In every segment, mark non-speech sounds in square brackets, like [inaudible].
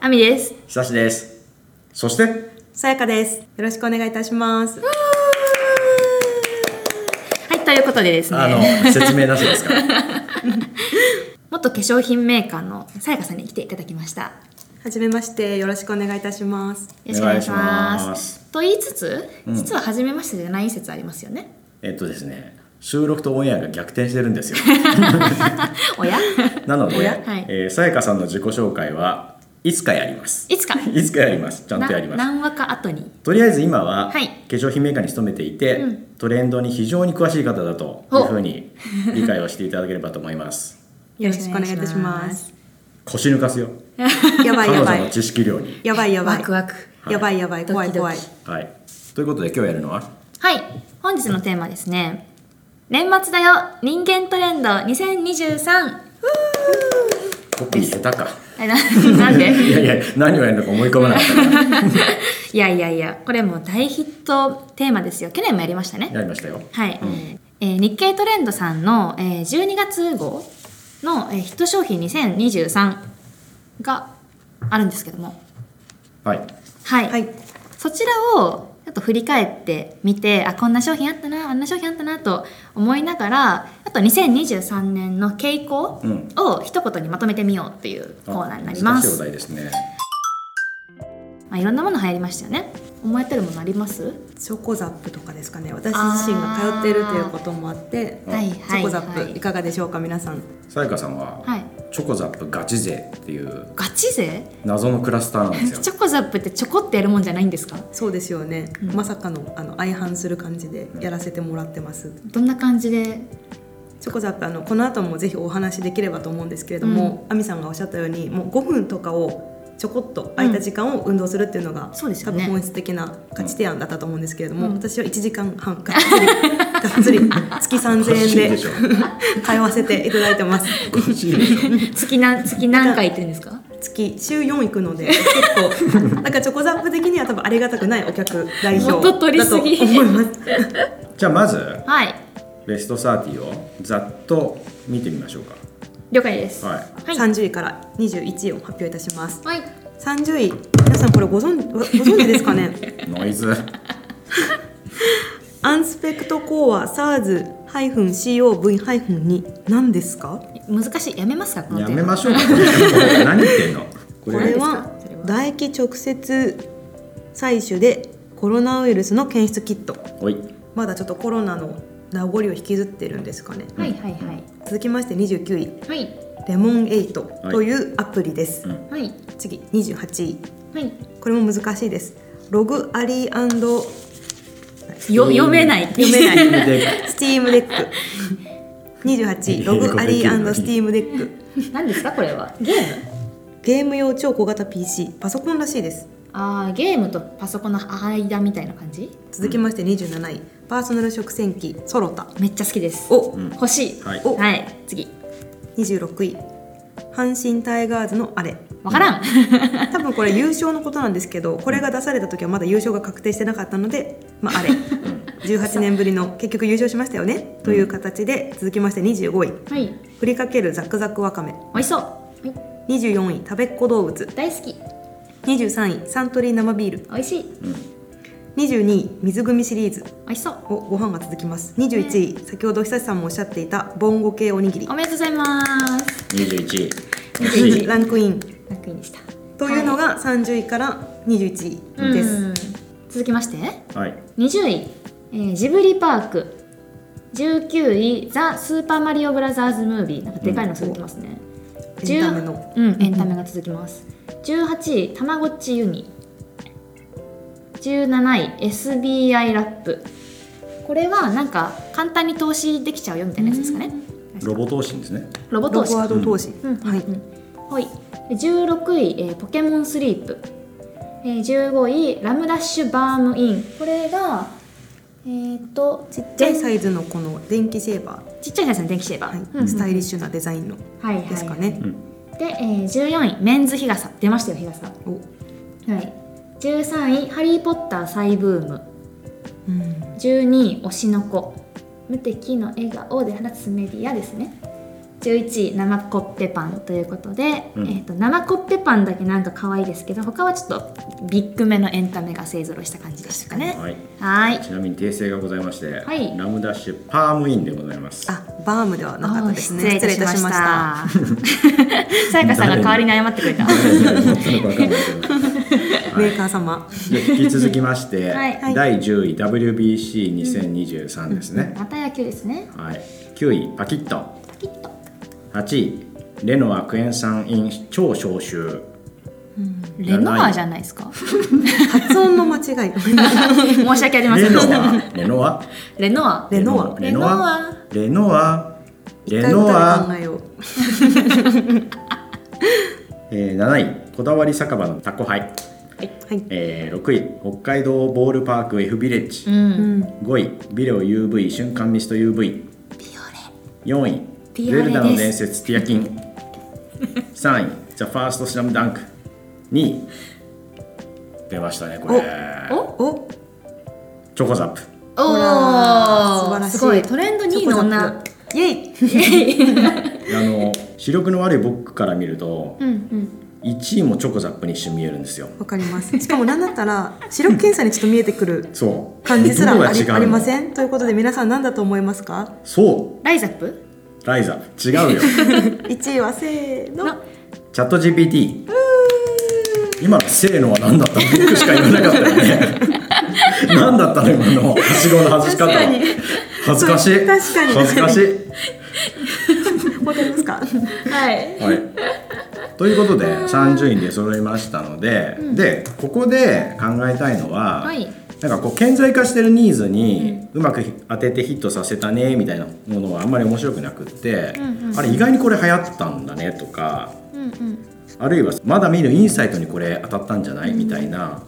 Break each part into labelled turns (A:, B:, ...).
A: あみです。
B: 久しですそして
C: さやかです。よろしくお願いいたします。
A: はい、ということでです
B: あの
A: ね、
B: 説明なしですから [laughs]
A: 元化粧品メーカーのさやかさんに来ていただきました。よ
C: はじめまして、よろしくお願いいたします。
A: ろしくお願いしま。
B: お願いしますす
A: と言いつつ、実は初めましてじゃない説ありますよね。 [laughs]
B: えっとですね収録とオンエアが逆転してるんですよ
A: お
B: [laughs]
A: や
B: なので
C: おや
A: はい
B: えーさやかさんの自己紹介はいつかやります
A: いつか
B: いつかやりますちゃんとやりま
A: な
B: す
A: 何話か後に。
B: とりあえず今は、
A: はい
B: 化粧品メーカーに勤めていて、
A: うん
B: トレンドに非常に詳しい方だというふうに理解をしていただければと思います
C: よろしくお願いいたします。
B: 腰抜かすよ
C: やばい
B: 彼
C: や
B: 女
C: ば
B: の
C: い。
B: 知識量に
C: やばいやば
A: ワ
C: い
A: ク。ワク。
C: やばいやばい。怖い怖い
A: ドキ。ド
B: はいということで今日やるのは
A: はい、本日のテーマですね。年末だよ、人間トレンド2023。
B: コピー下手か
A: えな [laughs] なんで [laughs]
B: [laughs] いやいや何をやるのか思い込まなかったから
A: いやいやいや、これもう大ヒットテーマですよ。去年もやりましたね。
B: やりましたよ
A: はい、
B: うん
A: えー日経トレンドさんの、えー12月号の、えーヒット商品2023があるんですけども、
B: はい
A: はい
C: はい。
A: そちらをちょっと振り返ってみてあこんな商品あったなあんな商品あったなと思いながらあと2023年の傾向
B: うん
A: を一言にまとめてみようというコーナーになりま
B: 難しいお
A: す、
B: 題ですね。
A: まあ、いろんなもの流行りましたよね思えてるものあります
C: チョコザップとかですかね。私自身が通っているということもあって、
B: あ
C: チ
A: はいはい
C: ョコザ
A: は
C: ップ
A: い
C: いかがでしょうか、皆さん。
B: さやかさんは、
A: はい
B: チョコザップガチ勢っていう
A: ガチ勢
B: 謎のクラスターな
A: [laughs]
B: んですよ。
A: チョコザップってチョコってやるもんじゃないんですか
C: そうですよね。まさかのあの相反する感じでやらせてもらってます。
A: どんな感じで
C: チョコザップあのこの後もぜひお話しできればと思うんですけれども、亜美さんがおっしゃったようにもう5分とかをちょこっと空いた時間を運動するっていうのが、
A: そうですよ
C: 多
A: ね
C: 分本質的な価値提案だったと思うんですけれども、
A: うん
C: 私は1時間半がっつりがっ
A: [laughs]
C: つり月3000
B: 欲
C: 円で
B: しいでしょ
C: 通わせていただいてます
B: 欲しいでしょ
A: 月な月何回行ってるんですか
C: 月週4行くので結構なんかチョコザップ的には多分ありがたくないお客代表
A: 元取り
C: だ
A: す
C: と思
A: ぎ
C: います
B: じゃあまず
A: はい
B: ベスト30をざっと見てみましょう
A: 了解です
B: か。はい。
A: はい
C: 30位から21位を発表いたします
A: はい
C: 30位皆さんこれご存ご存知ですかね
B: ノ
A: [laughs]
B: イズ。
C: アンスペクトコア SARS-CoV-2 何ですか
A: 難しいやめますかこの
B: や
A: テーマ
B: めましょうか。これ何言ってんの。こ
C: こ
B: れ
C: れ
A: ですか
C: は
A: それは
C: 唾液直接採取でコロナウイルスの検出キット
B: おい。
C: まだちょっとコロナの名残を引きずってるんですかね
A: はいはいはい
C: 続きまして29位
A: はい
C: レモンエイトというアプリです、
B: うん
A: はい
C: 次28位
A: はい
C: これも難しいですログアリー
A: よ [laughs] 読めない
C: 読めない
B: で
C: スティームデック28位ログアリースティームデック
A: 何ですかこれはゲーム
C: ゲーム用超小型 PC パソコンらしいです
A: あーゲームとパソコンの間みたいな感じ
C: 続きまして27位、パーソナル食洗機ソロタ
A: めっちゃ好きです
C: を、
B: うん
A: 欲しい
B: はい
C: お
A: はい次
C: 26位阪神タイガーズのあれ
A: わからん
C: 多分これ優勝のことなんですけどこれが出された時はまだ優勝が確定してなかったので、まあ、あれ18年ぶりの結局優勝しましたよねという形で続きまして25位
A: はい
C: ふりかけるザクザクわかめ
A: 美味しそうはい
C: 24位食べっ子動物
A: 大好き
C: 23位サントリー生ビール
A: 美味しい
C: 22位水組シリーズ
A: 美味しそう
C: おご飯が続きます21位、先ほど久志さんもおっしゃっていたボンゴ系おにぎり
A: おめでとうございます
B: 二十一。
C: にランクイン
A: 楽にした
C: というのが30位から21位で
A: う
C: す、
A: ん続きまして
B: はい。
A: 20位、えージブリパーク19位「ザ・スーパーマリオブラザーズ・ムービー」なんかでかいの続きますね、
C: エンタメの
A: 10うんエンタメが続きます18位たまごっちユニ17位 SBI ラップこれはなんか簡単に投資できちゃうよみたいなやつですかね
B: ロボ投信ですね。
A: ロボ
C: ロ
A: 投資
C: ゴアド投資、
A: うん
C: はい、
A: はい、16位、えーポケモンスリープ、えー15位ラムダッシュバームインこれがえっ、と
C: ちっちゃいサイズのこの電気シェーバ
A: ちっちゃいサイズの電気シェーバー、
C: ー、
A: うん
C: は
A: うん
C: い、スタイリッシュなデザインの
A: はいはい
C: ですかね、
A: で、えー14位メンズ日傘出ましたよ日傘
C: お
A: はい13位「ハリー・ポッター再ブーム
C: うん」
A: 12位「推しの子」「無敵の笑顔で放つメディア」ですね11位生コッペパンということで、
B: うん
A: えー、と生コッペパンだけなんか可愛いですけど他はちょっとビッグめのエンタメが勢ぞろいした感じでしたかね
B: はい、
A: はーい
B: ちなみに訂正がございまして、
A: はい
B: ラムダッシュパームインでございます。 [laughs]
C: あバームではなかったですね
A: おー失礼いたしました [laughs] さやかさんが代わりに謝ってくれ
C: [laughs]
A: た
B: 誰に思ったのかわかんないけど。
C: メーカー様
B: で引き続きまして、
A: はい
C: はい
B: 第10位 WBC2023 ですね、
A: また野球ですね
B: はい、9位パキッと
A: パキッと
B: 8位レノアクエン酸イン超消臭
A: レノアじゃないですか [laughs] 申
C: 発音の間違い
A: し訳ありません
B: レ
A: で
B: ノ
A: した
B: アレノア
A: レノア
C: レノア
B: レノアレノアレノ
C: 一回答え考
B: ア、
C: えよう
B: えー、7位こだわり酒場のタコハイ、
C: はい、
B: えー、6位北海道ボールパーク F ビレッジ、
A: うん
C: うん、
B: 5位ビレオ UV 瞬間ミスト UV
A: ビオ
B: 4位「
A: ビ
B: ゼ
A: オレです
B: ルダの伝説ティアキ
C: [laughs]
B: ン」3位「ザ・ファースト・スラムダンク」2位出ましたねこれ
A: レお
C: お
B: チョコザップ
A: お
C: ほら素晴ら
A: ー
C: しい
A: すごいトレンド2位の女
C: イエイ
B: あの視力の悪い僕から見ると
A: うんうん
B: 1位もチョコザップに一瞬見えるんですよ
C: わかりますしかもなんだったら視力検査にちょっと見えてくる
B: そう
C: 感じすら
B: どこが
C: あ
B: 違う
C: り
B: の
C: ありませんということで皆さん何だと思いますか
B: そ
A: ライザップ
B: うライザ違うよ
C: 1位はせ
A: [laughs]
C: ーの
A: の
B: チャット GPT 今の「せーの」は何だったの僕しか言わなかったよね何だったの今のはしごの外し方
C: 確かに
B: 恥ずかしい
C: 確かに
B: 恥ずかしい
C: わかりますか
A: はい
B: はい、ということで30位で揃いましたので、でここで考えたいのは、
A: はい
B: なんかこう顕在化してるニーズにうまく当ててヒットさせたねみたいなものはあんまり面白くなくって、
A: うんうん
B: あれ意外にこれ流行ったんだねとか
A: うんうん
B: あるいはまだ見るインサイトにこれ当たったんじゃないみたいな、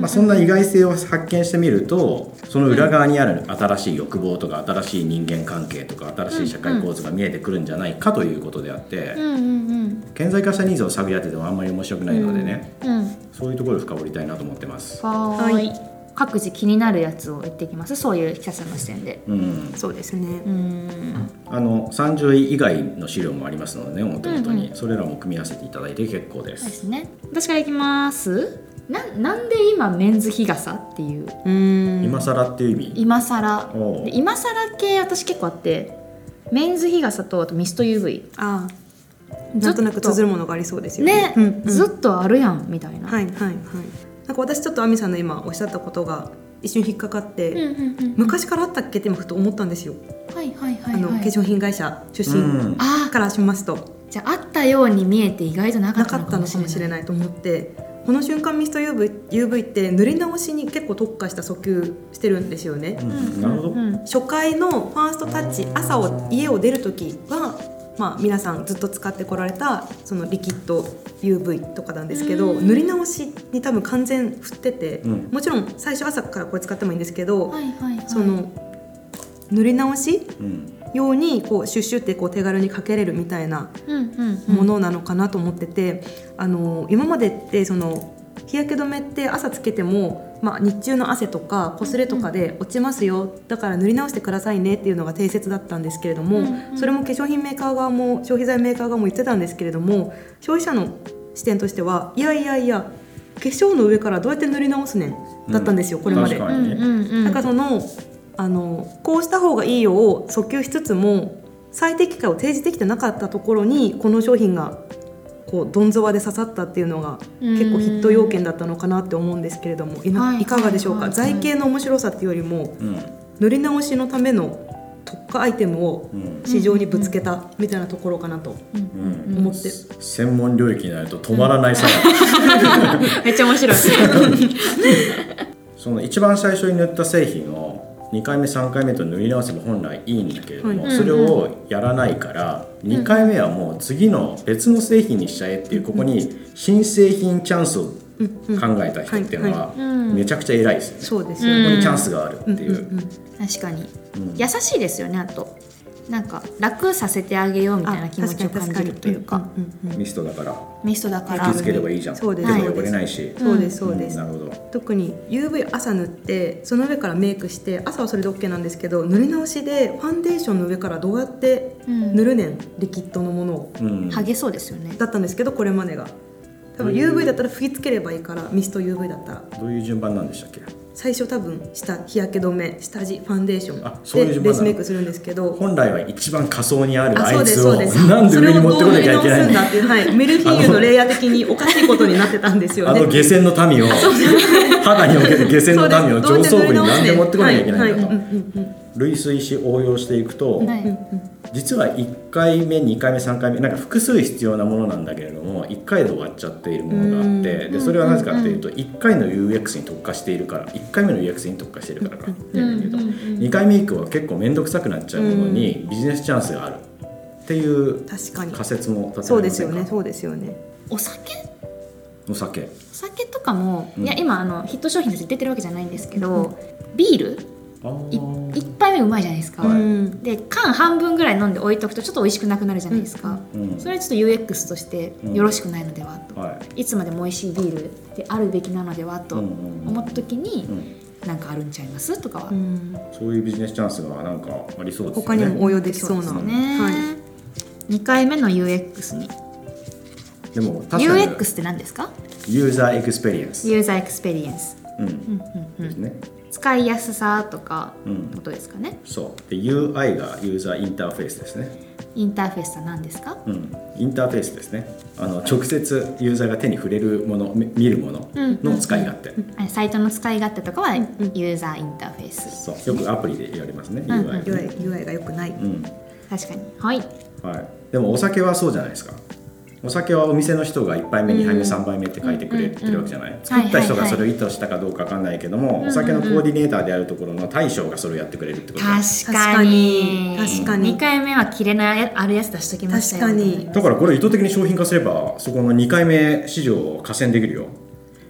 B: まあ、そんな意外性を発見してみるとその裏側にある新しい欲望とか新しい人間関係とか新しい社会構図が見えてくるんじゃないかということであって。
A: うんうん
B: 顕在化したニーズを探り当ててもあんまり面白くないのでね、
A: うんうん
B: そういうところを深掘りたいなと思ってます。
A: はーい各自気になるやつを言ってきますそういう記者の視点で
B: うん、
C: そうですね
A: うーん
B: あの30位以外の資料もありますのでねお手元に、
A: うん
B: それらも組み合わせていただいて結構で。
A: そうですすね私からいきますななんで今メンズ日傘っていう
C: うーん
B: 今更っていう意味。
A: 今更
B: おう
A: で今更系私結構あってメンズ日傘とあとミスト UV
C: ああなんとなく通ずるものがありそうですよね
A: ね、
C: うんうん
A: ずっとあるやんみたいな、
C: はいはいはいなんか私ちょっと亜美さんの今おっしゃったことが一瞬引っかかって、
A: うんうんうん
C: 昔からあったっけって今ふと思ったんですよ、
A: はいはいはいはい、
C: あの化粧品会社出身
A: あ
C: からしますと、
A: ーじゃああったように見えて意外となか
C: な
A: っ
C: か
A: たの
C: った
A: か
C: の
A: も
C: か
A: し
C: も
A: れ
C: し
A: ない
C: れないと思ってこの瞬間ミスト UV, UV って塗り直しに結構特化した訴求してるんですよね、
B: うん
A: うん
B: なるほど。
A: うん
C: 初回のファーストタッチ朝を家を出る時は、まあ、皆さんずっと使ってこられたそのリキッド UV とかなんですけど、
A: うん
C: 塗り直しに多分完全振ってて、
B: うん
C: もちろん最初朝からこれ使ってもいいんですけど、
A: はいはいはい
C: その塗り直し
B: うん
C: ようにこうシュッシュってこう手軽にかけれるみたいな
A: うんうんうん
C: ものなのかなと思ってて、あの今までってその日焼け止めって朝つけても、まあ、日中の汗とか擦れとかで落ちますよだから塗り直してくださいねっていうのが定説だったんですけれども、
A: うんうん
C: それも化粧品メーカー側も消費財メーカー側も言ってたんですけれども消費者の視点としてはいやいやいや化粧の上からどうやって塗り直すねんだったんですよ、これまで。
B: 確かに
A: うんうんうん
C: なんかそのあのこうした方がいいよを訴求しつつも最適化を提示できてなかったところにこの商品がこうどんぞわで刺さったっていうのが
A: うん
C: 結構ヒット要件だったのかなって思うんですけれどもい
A: はい
C: な
A: はい
C: いかがでしょうか
A: はい
C: 財形の面白さっていうよりも
B: うん
C: 塗り直しのための特化アイテムを
B: うん
C: 市場にぶつけたみたいなところかなと
B: うん
C: 思って
B: 専門領域になると止まらないさ、
A: めっちゃ面白い
B: その一番最初に塗った製品を2回目3回目と塗り直せば本来いいんだけれども、
C: は
B: それをやらないから2回目はもう次の別の製品にしちゃえっていうここに新製品チャンスを考えた人っていうのは
A: うんうんはいはい
B: めちゃくちゃ偉いですよね。
C: そうです
A: う
C: よ
A: ん
B: ここ
C: ね。
B: にチャンスがあるっていうう。
A: 確かに
B: うん
A: 優しいですよねあとなんか楽させてあげようみたいな気持ちを
C: あ確か
A: 感
C: に
A: じるというか
C: うんうんうん
B: ミストだから
A: ミストだから
B: 気をつければいいじゃん
C: そうです
B: 手も汚れないし
A: ん
C: そうですそうです、
B: んなるほど
C: 特に UV 朝塗ってその上からメイクして朝はそれで OK なんですけど塗り直しでファンデーションの上からどうやって
A: うん
C: 塗るねん、リキッドのものを
B: うん
A: 剥げそうですよね
C: だったんですけどこれまでが多分 UV だったら吹きつければいいからミスト UV だったら
B: どういう順番なんでしたっけ
C: 最初多分下日焼け止め下地ファンデーション
B: あそういう
C: で
B: 順番なの
C: ベースメイクするんですけど
B: 本来は一番下層にある
C: あ
B: あ
C: そう
B: い
C: です
B: つ
C: そう
B: を
C: です
B: なんで上に持ってこなきゃいけ
C: それをどう塗
B: ないの
C: り直すんだっていう、はい、メルフィーユのレイヤー的におかしいことになってたんですよ
B: あ
C: ね
B: の下船の民を肌における下船の民を上層部に何で持ってこなきゃいけないんだと類推し応用していくと、
A: はい
B: 実は1回目2回目3回目なんか複数必要なものなんだけれども1回で終わっちゃっているものがあってでそれはなぜかっていうと1回の UX に特化しているから1回目の UX に特化しているからか
A: うんうんうん
B: 2回目以降は結構面倒くさくなっちゃうものにビジネスチャンスがあるっていう
C: 確かに
B: 仮説も立てられませんか
C: そうですよねそうですよね
A: お酒
B: お酒
A: お酒とかも、
B: うん
A: いや今あのヒット商品として出てるわけじゃないんですけど、ビール
B: あ
A: い
B: ー
A: 1杯目うまいじゃないですか、
B: はい
C: うん
A: で缶半分ぐらい飲んで置いとくとちょっと美味しくなくなるじゃないですか、
B: うん
A: それはちょっと UX としてよろしくないのではと、
B: はい
A: つまでも美味しいビールであるべきなのではと
B: うんうんうん
A: 思った時に
B: い、うん、
A: なんかあるんちゃいますとかは、
C: うん
B: そういうビジネスチャンスがなんかありそうですよね
C: 他にも応用できそうな
A: ですね、
C: はい
A: 2回目の UX に
B: でも確かに
A: UX って何ですか
B: ユーザーエクスペリエンス、
A: ユーザーエクスペリエンス、
B: うん
A: うんう
B: で
A: ん
B: すね
A: 使いやすさとか
B: う
A: の
B: ん
A: ことですかね
B: そうで UI がユーザーインターフェースですね、
A: インターフェースは何ですか
B: うん、インターフェースですねあの直接ユーザーが手に触れるものみ見るものの使い勝手、
A: あサイトの使い勝手とかはユーザーインターフェース、
B: そうよくアプリで言われますね、
A: ん
B: UI
C: 弱い弱いが良くない、
B: うん
A: 確かにはい
B: はい、でもお酒はそうじゃないですかお酒はお店の人が1杯目2杯目3杯目って書いてくれてるわけじゃない、作った人がそれを意図したかどうかわかんないけども、お酒のコーディネーターであるところの大将がそれをやってくれるってことだ
A: 確かに
C: 確かに
A: 2回目は切れないあるやつ出しときましたよ
C: 確かに
B: だからこれを意図的に商品化すればそこの2回目市場を加戦できるよ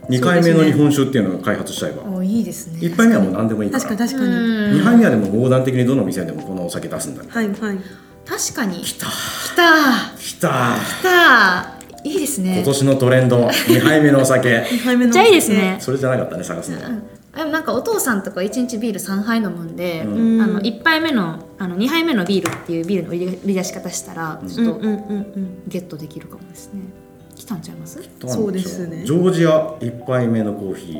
B: 2回目の日本酒っていうのを開発しちゃえば、
A: おいいですね
B: 1杯目はもう何でもいいから
C: 確かに確かに、
A: うん
B: 2杯目はでも横断的にどの店でもこのお酒出すんだ
C: はいはい
A: 確かに
B: きた
A: きた
B: きた
A: きたいいです
B: 今
A: ね
B: 年のトレンド2杯目のお酒
C: 二杯
A: め
C: 目
A: っ
C: の
A: ちゃいいですね
B: それじゃなかったね探すのは、
A: でもなんかお父さんとか1日ビール3杯飲むんで、
B: うん
A: あの1杯目のあの2杯目のビールっていうビールの売り売り出し方したらち
C: うん
A: ょ
C: う
A: っ
C: ん
A: と
C: うんうん
A: ゲットできるかもですね来たんちゃいます
B: どなんしょ
C: そうですね
B: ジョージア1杯目のコーヒ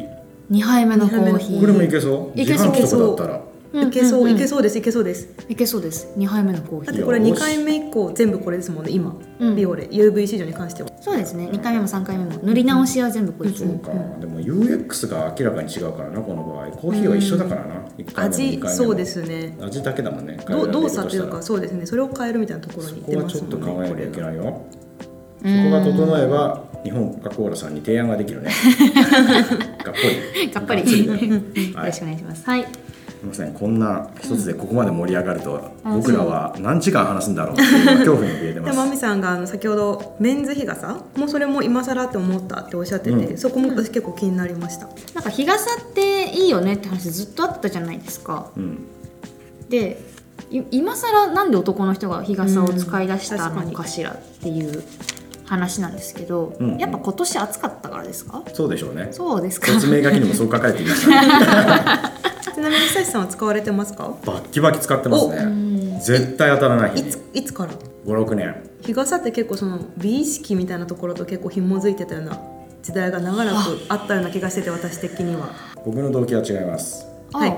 A: 2杯目のコーヒ
B: ー
A: ー
B: これもいけそう
A: いけ
B: 自
A: そう
B: 販機とかだった
A: うん
C: いけそう、
A: うんうん
C: いけそうですいけそうです
A: いけそうです2杯目のコーヒ
C: だっ
A: ー
C: てこれ
B: よし
C: 二回目以降全部これですもんね今、
A: うん
C: ビオレ UV 市場に関しては
A: そうですね2回目も3回目も塗り直しは全部これ
B: らそうか、でも UX が明らかに違うからなこの場合コーヒーは一緒だからな、一回目も二回
C: 味
B: 目も
C: そうですね
B: 味だけだもんね
C: どう動作と
B: と
C: いうかそうですねそれを変えるみたいなところ
B: そ
C: に行って
B: こは
C: ま
B: ち
C: す
B: ょっ
C: もん
B: と
C: ね
B: 考えなきゃいけ
C: こ
B: ないよそ
A: うん
B: こが整えば日本コカ・コーラさんに提案ができるねがっぽり
A: [laughs] がっぽり
B: がつだよ
A: よ
B: は
A: ろ
B: い
A: し
B: す
A: くお願いしますはい
B: いませんこんな一つでここまで盛り上がると、
A: うん
B: 僕らは何時間話すんだろうっていう恐怖に怯えて
C: れ
B: ま
C: [laughs] ですも亜美さんがあの先ほどメンズ日傘もうそれも今更って思ったっておっしゃってて、
B: うん
C: そこも私結構気になりました、
A: なんか日傘っていいよねって話ずっとあったじゃないですか
B: うん、
A: でい今更なんで男の人が日傘を使い出し
C: うん
A: た
C: 確か
A: の
C: に
A: かしらっていう話なんですけど、
B: うん
A: やっぱ今年暑かったからですか
B: そうでしょうね
A: そうですか
B: 説明書きにもそう書かれていました、ね、
C: ちなみに久志さんは使われてますか
B: バッキバキ使ってます
A: う
B: ね
A: ん
B: 絶対当たらない
C: い
B: 日に
C: ついつから
B: 56年
C: 日傘って結構その美意識みたいなところと結構紐づいてたような時代が長らくあったような気がしてて私的には
B: 僕の動機は違います
A: あ
C: はいう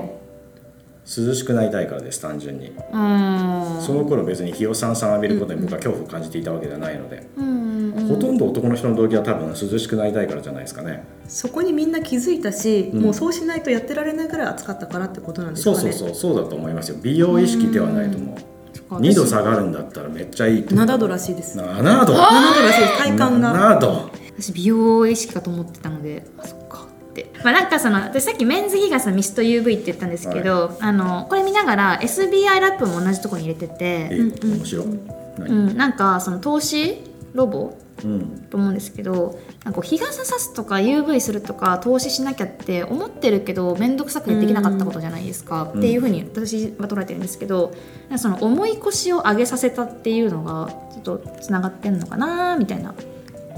B: 涼しくなりたいからです単純に
A: ーん
B: その頃別に日をさんさん浴びることに僕は恐怖を感じていたわけではないので、
A: うんうん
B: ほとんど男の人の動機は多分涼しくなりたいからじゃないですかね
C: そこにみんな気づいたし、
B: うん
C: もうそうしないとやってられないぐらい暑かったからってことなんですか
B: そう
C: ね
B: そうそうそうだと思いますよ美容意識ではないと思う
A: そっか
B: 2度下がるんだったらめっちゃいいと思う
C: 7度らしいです7
B: 7度
C: 度らしいです体感が
B: 7度
A: 私美容意識かと思ってたのであそっかってまあなんかその私さっきメンズギガスミスト UV って言ったんですけど、あのこれ見ながら SBI ラップも同じとこに入れて
B: え
A: て、
B: 面白い、
A: うん、なんかその投資ロボ
B: うん
A: と思うんですけどなんかこう日傘さすとか UV するとか投資しなきゃって思ってるけど面倒くさくてできなかったことじゃないですか、
B: うん
A: っていうふうに私は捉えてるんですけどなんかその重い腰を上げさせたっていうのがちょっとつながってんのかなみたいな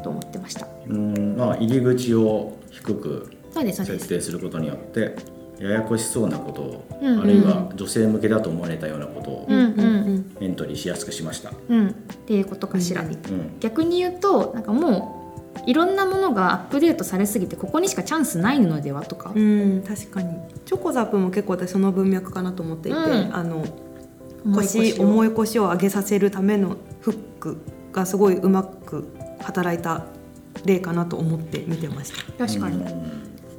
A: と思ってました。
B: うんまあ、入り口を低く
A: そうですそうで
B: 設
A: す
B: 定することによってややこしそうなことを、
A: うんうん
B: あるいは女性向けだと思われたようなことを
A: うんうん
B: エントリーしやすくしました。
A: うん、っていうことかしら。
C: うん
B: うん
A: 逆に言うとなんかもういろんなものがアップデートされすぎてここにしかチャンスないのではとか、
C: うん確かにチョコザップも結構私その文脈かなと思っていて、
A: うん
C: あの
A: 重い
C: 腰
A: を
C: 重い腰を上げさせるためのフックがすごいうまく働いた例かなと思って見てました
A: 確かに、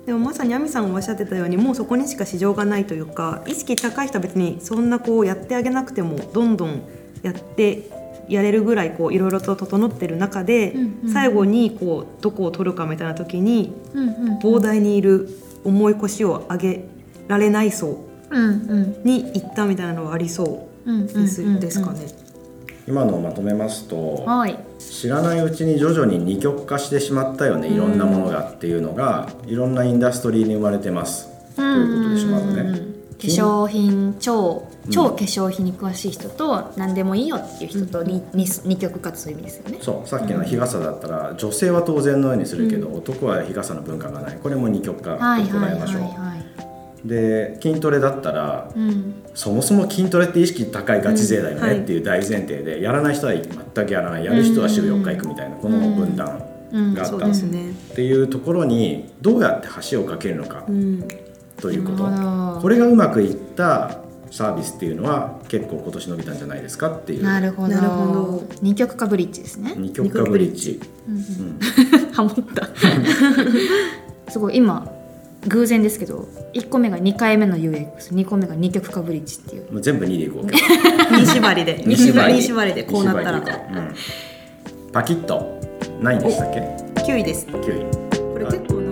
C: でもまさに亜美さんがおっしゃってたようにもうそこにしか市場がないというか意識高い人は別にそんなこうやってあげなくてもどんどんやってやれるぐらいこういろいろと整ってる中で、
A: うんうん
C: 最後にこうどこを取るかみたいな時に
A: うんうんうん
C: 膨大にいる重い腰を上げられない層
A: うんうん
C: に行ったみたいなのはありそう
A: うんうんうんうん
C: です,、ですかね。
B: 今のをまとめますと
A: はい
B: 知らないうちに徐々に二極化してしまったよねいろんなものがっていうのがいろんなインダストリーに生まれてます。
A: と
B: いうことでしょまずね
A: 化粧品超超化粧品に詳しい人と何でもいいよっていう人とにに二極化という意味ですよね
B: そうさっきの日傘だったら女性は当然のようにするけど、男は日傘の文化がないこれも二極化と
A: はいはい
B: 捉
A: は
B: え
A: い
B: ましょう。
A: はい
B: で筋トレだったら
A: うん
B: そもそも筋トレって意識高いガチ勢だよ
C: うんは
B: ねっ
C: い
B: ていう大前提でやらない人は全くやらないやる人は週4日行くみたいなこの分断
A: うん
B: があ
C: そ
B: っ
C: う
B: た
C: で
B: っ
C: すね、
B: ていうところにどうやって橋を架けるのか
C: うん、
B: というこ
A: なるほ
B: と
A: ど
B: これがうまくいったサービスっていうのは結構今年伸びたんじゃないですかってい
A: な
B: う
A: るほど
C: なるほど
A: 二極化ブリッジですね
B: 二極化ブリッジうん
A: ハモったすごい今偶然ですけど1個目が2回目の UX2 個目が2極化ブリッジっていう
B: もう全部2でいこうか
C: [laughs] 二縛りで [laughs] 二縛りでこうなった
B: 二縛
C: ら
B: りでいこううんパキッと何位でしたっけ
C: 9位です
B: 9位
C: これ結構な